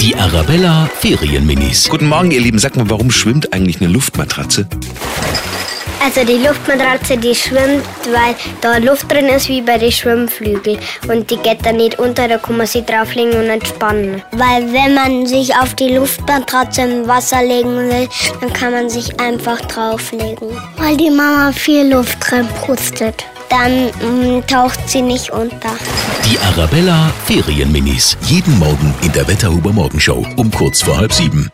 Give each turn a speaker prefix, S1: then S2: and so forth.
S1: Die Arabella Ferienminis.
S2: Guten Morgen, ihr Lieben. Sag mal, warum schwimmt eigentlich eine Luftmatratze?
S3: Also die Luftmatratze, die schwimmt, weil da Luft drin ist wie bei den Schwimmflügeln und die geht dann nicht unter, da kann man sie drauflegen und entspannen. Weil wenn man sich auf die Luftmatratze im Wasser legen will, dann kann man sich einfach drauflegen. Weil die Mama viel Luft reinpustet. Dann mm, taucht sie nicht unter.
S1: Die Arabella Ferienminis. Jeden Morgen in der Wetterhuber Morgenshow um kurz vor halb sieben.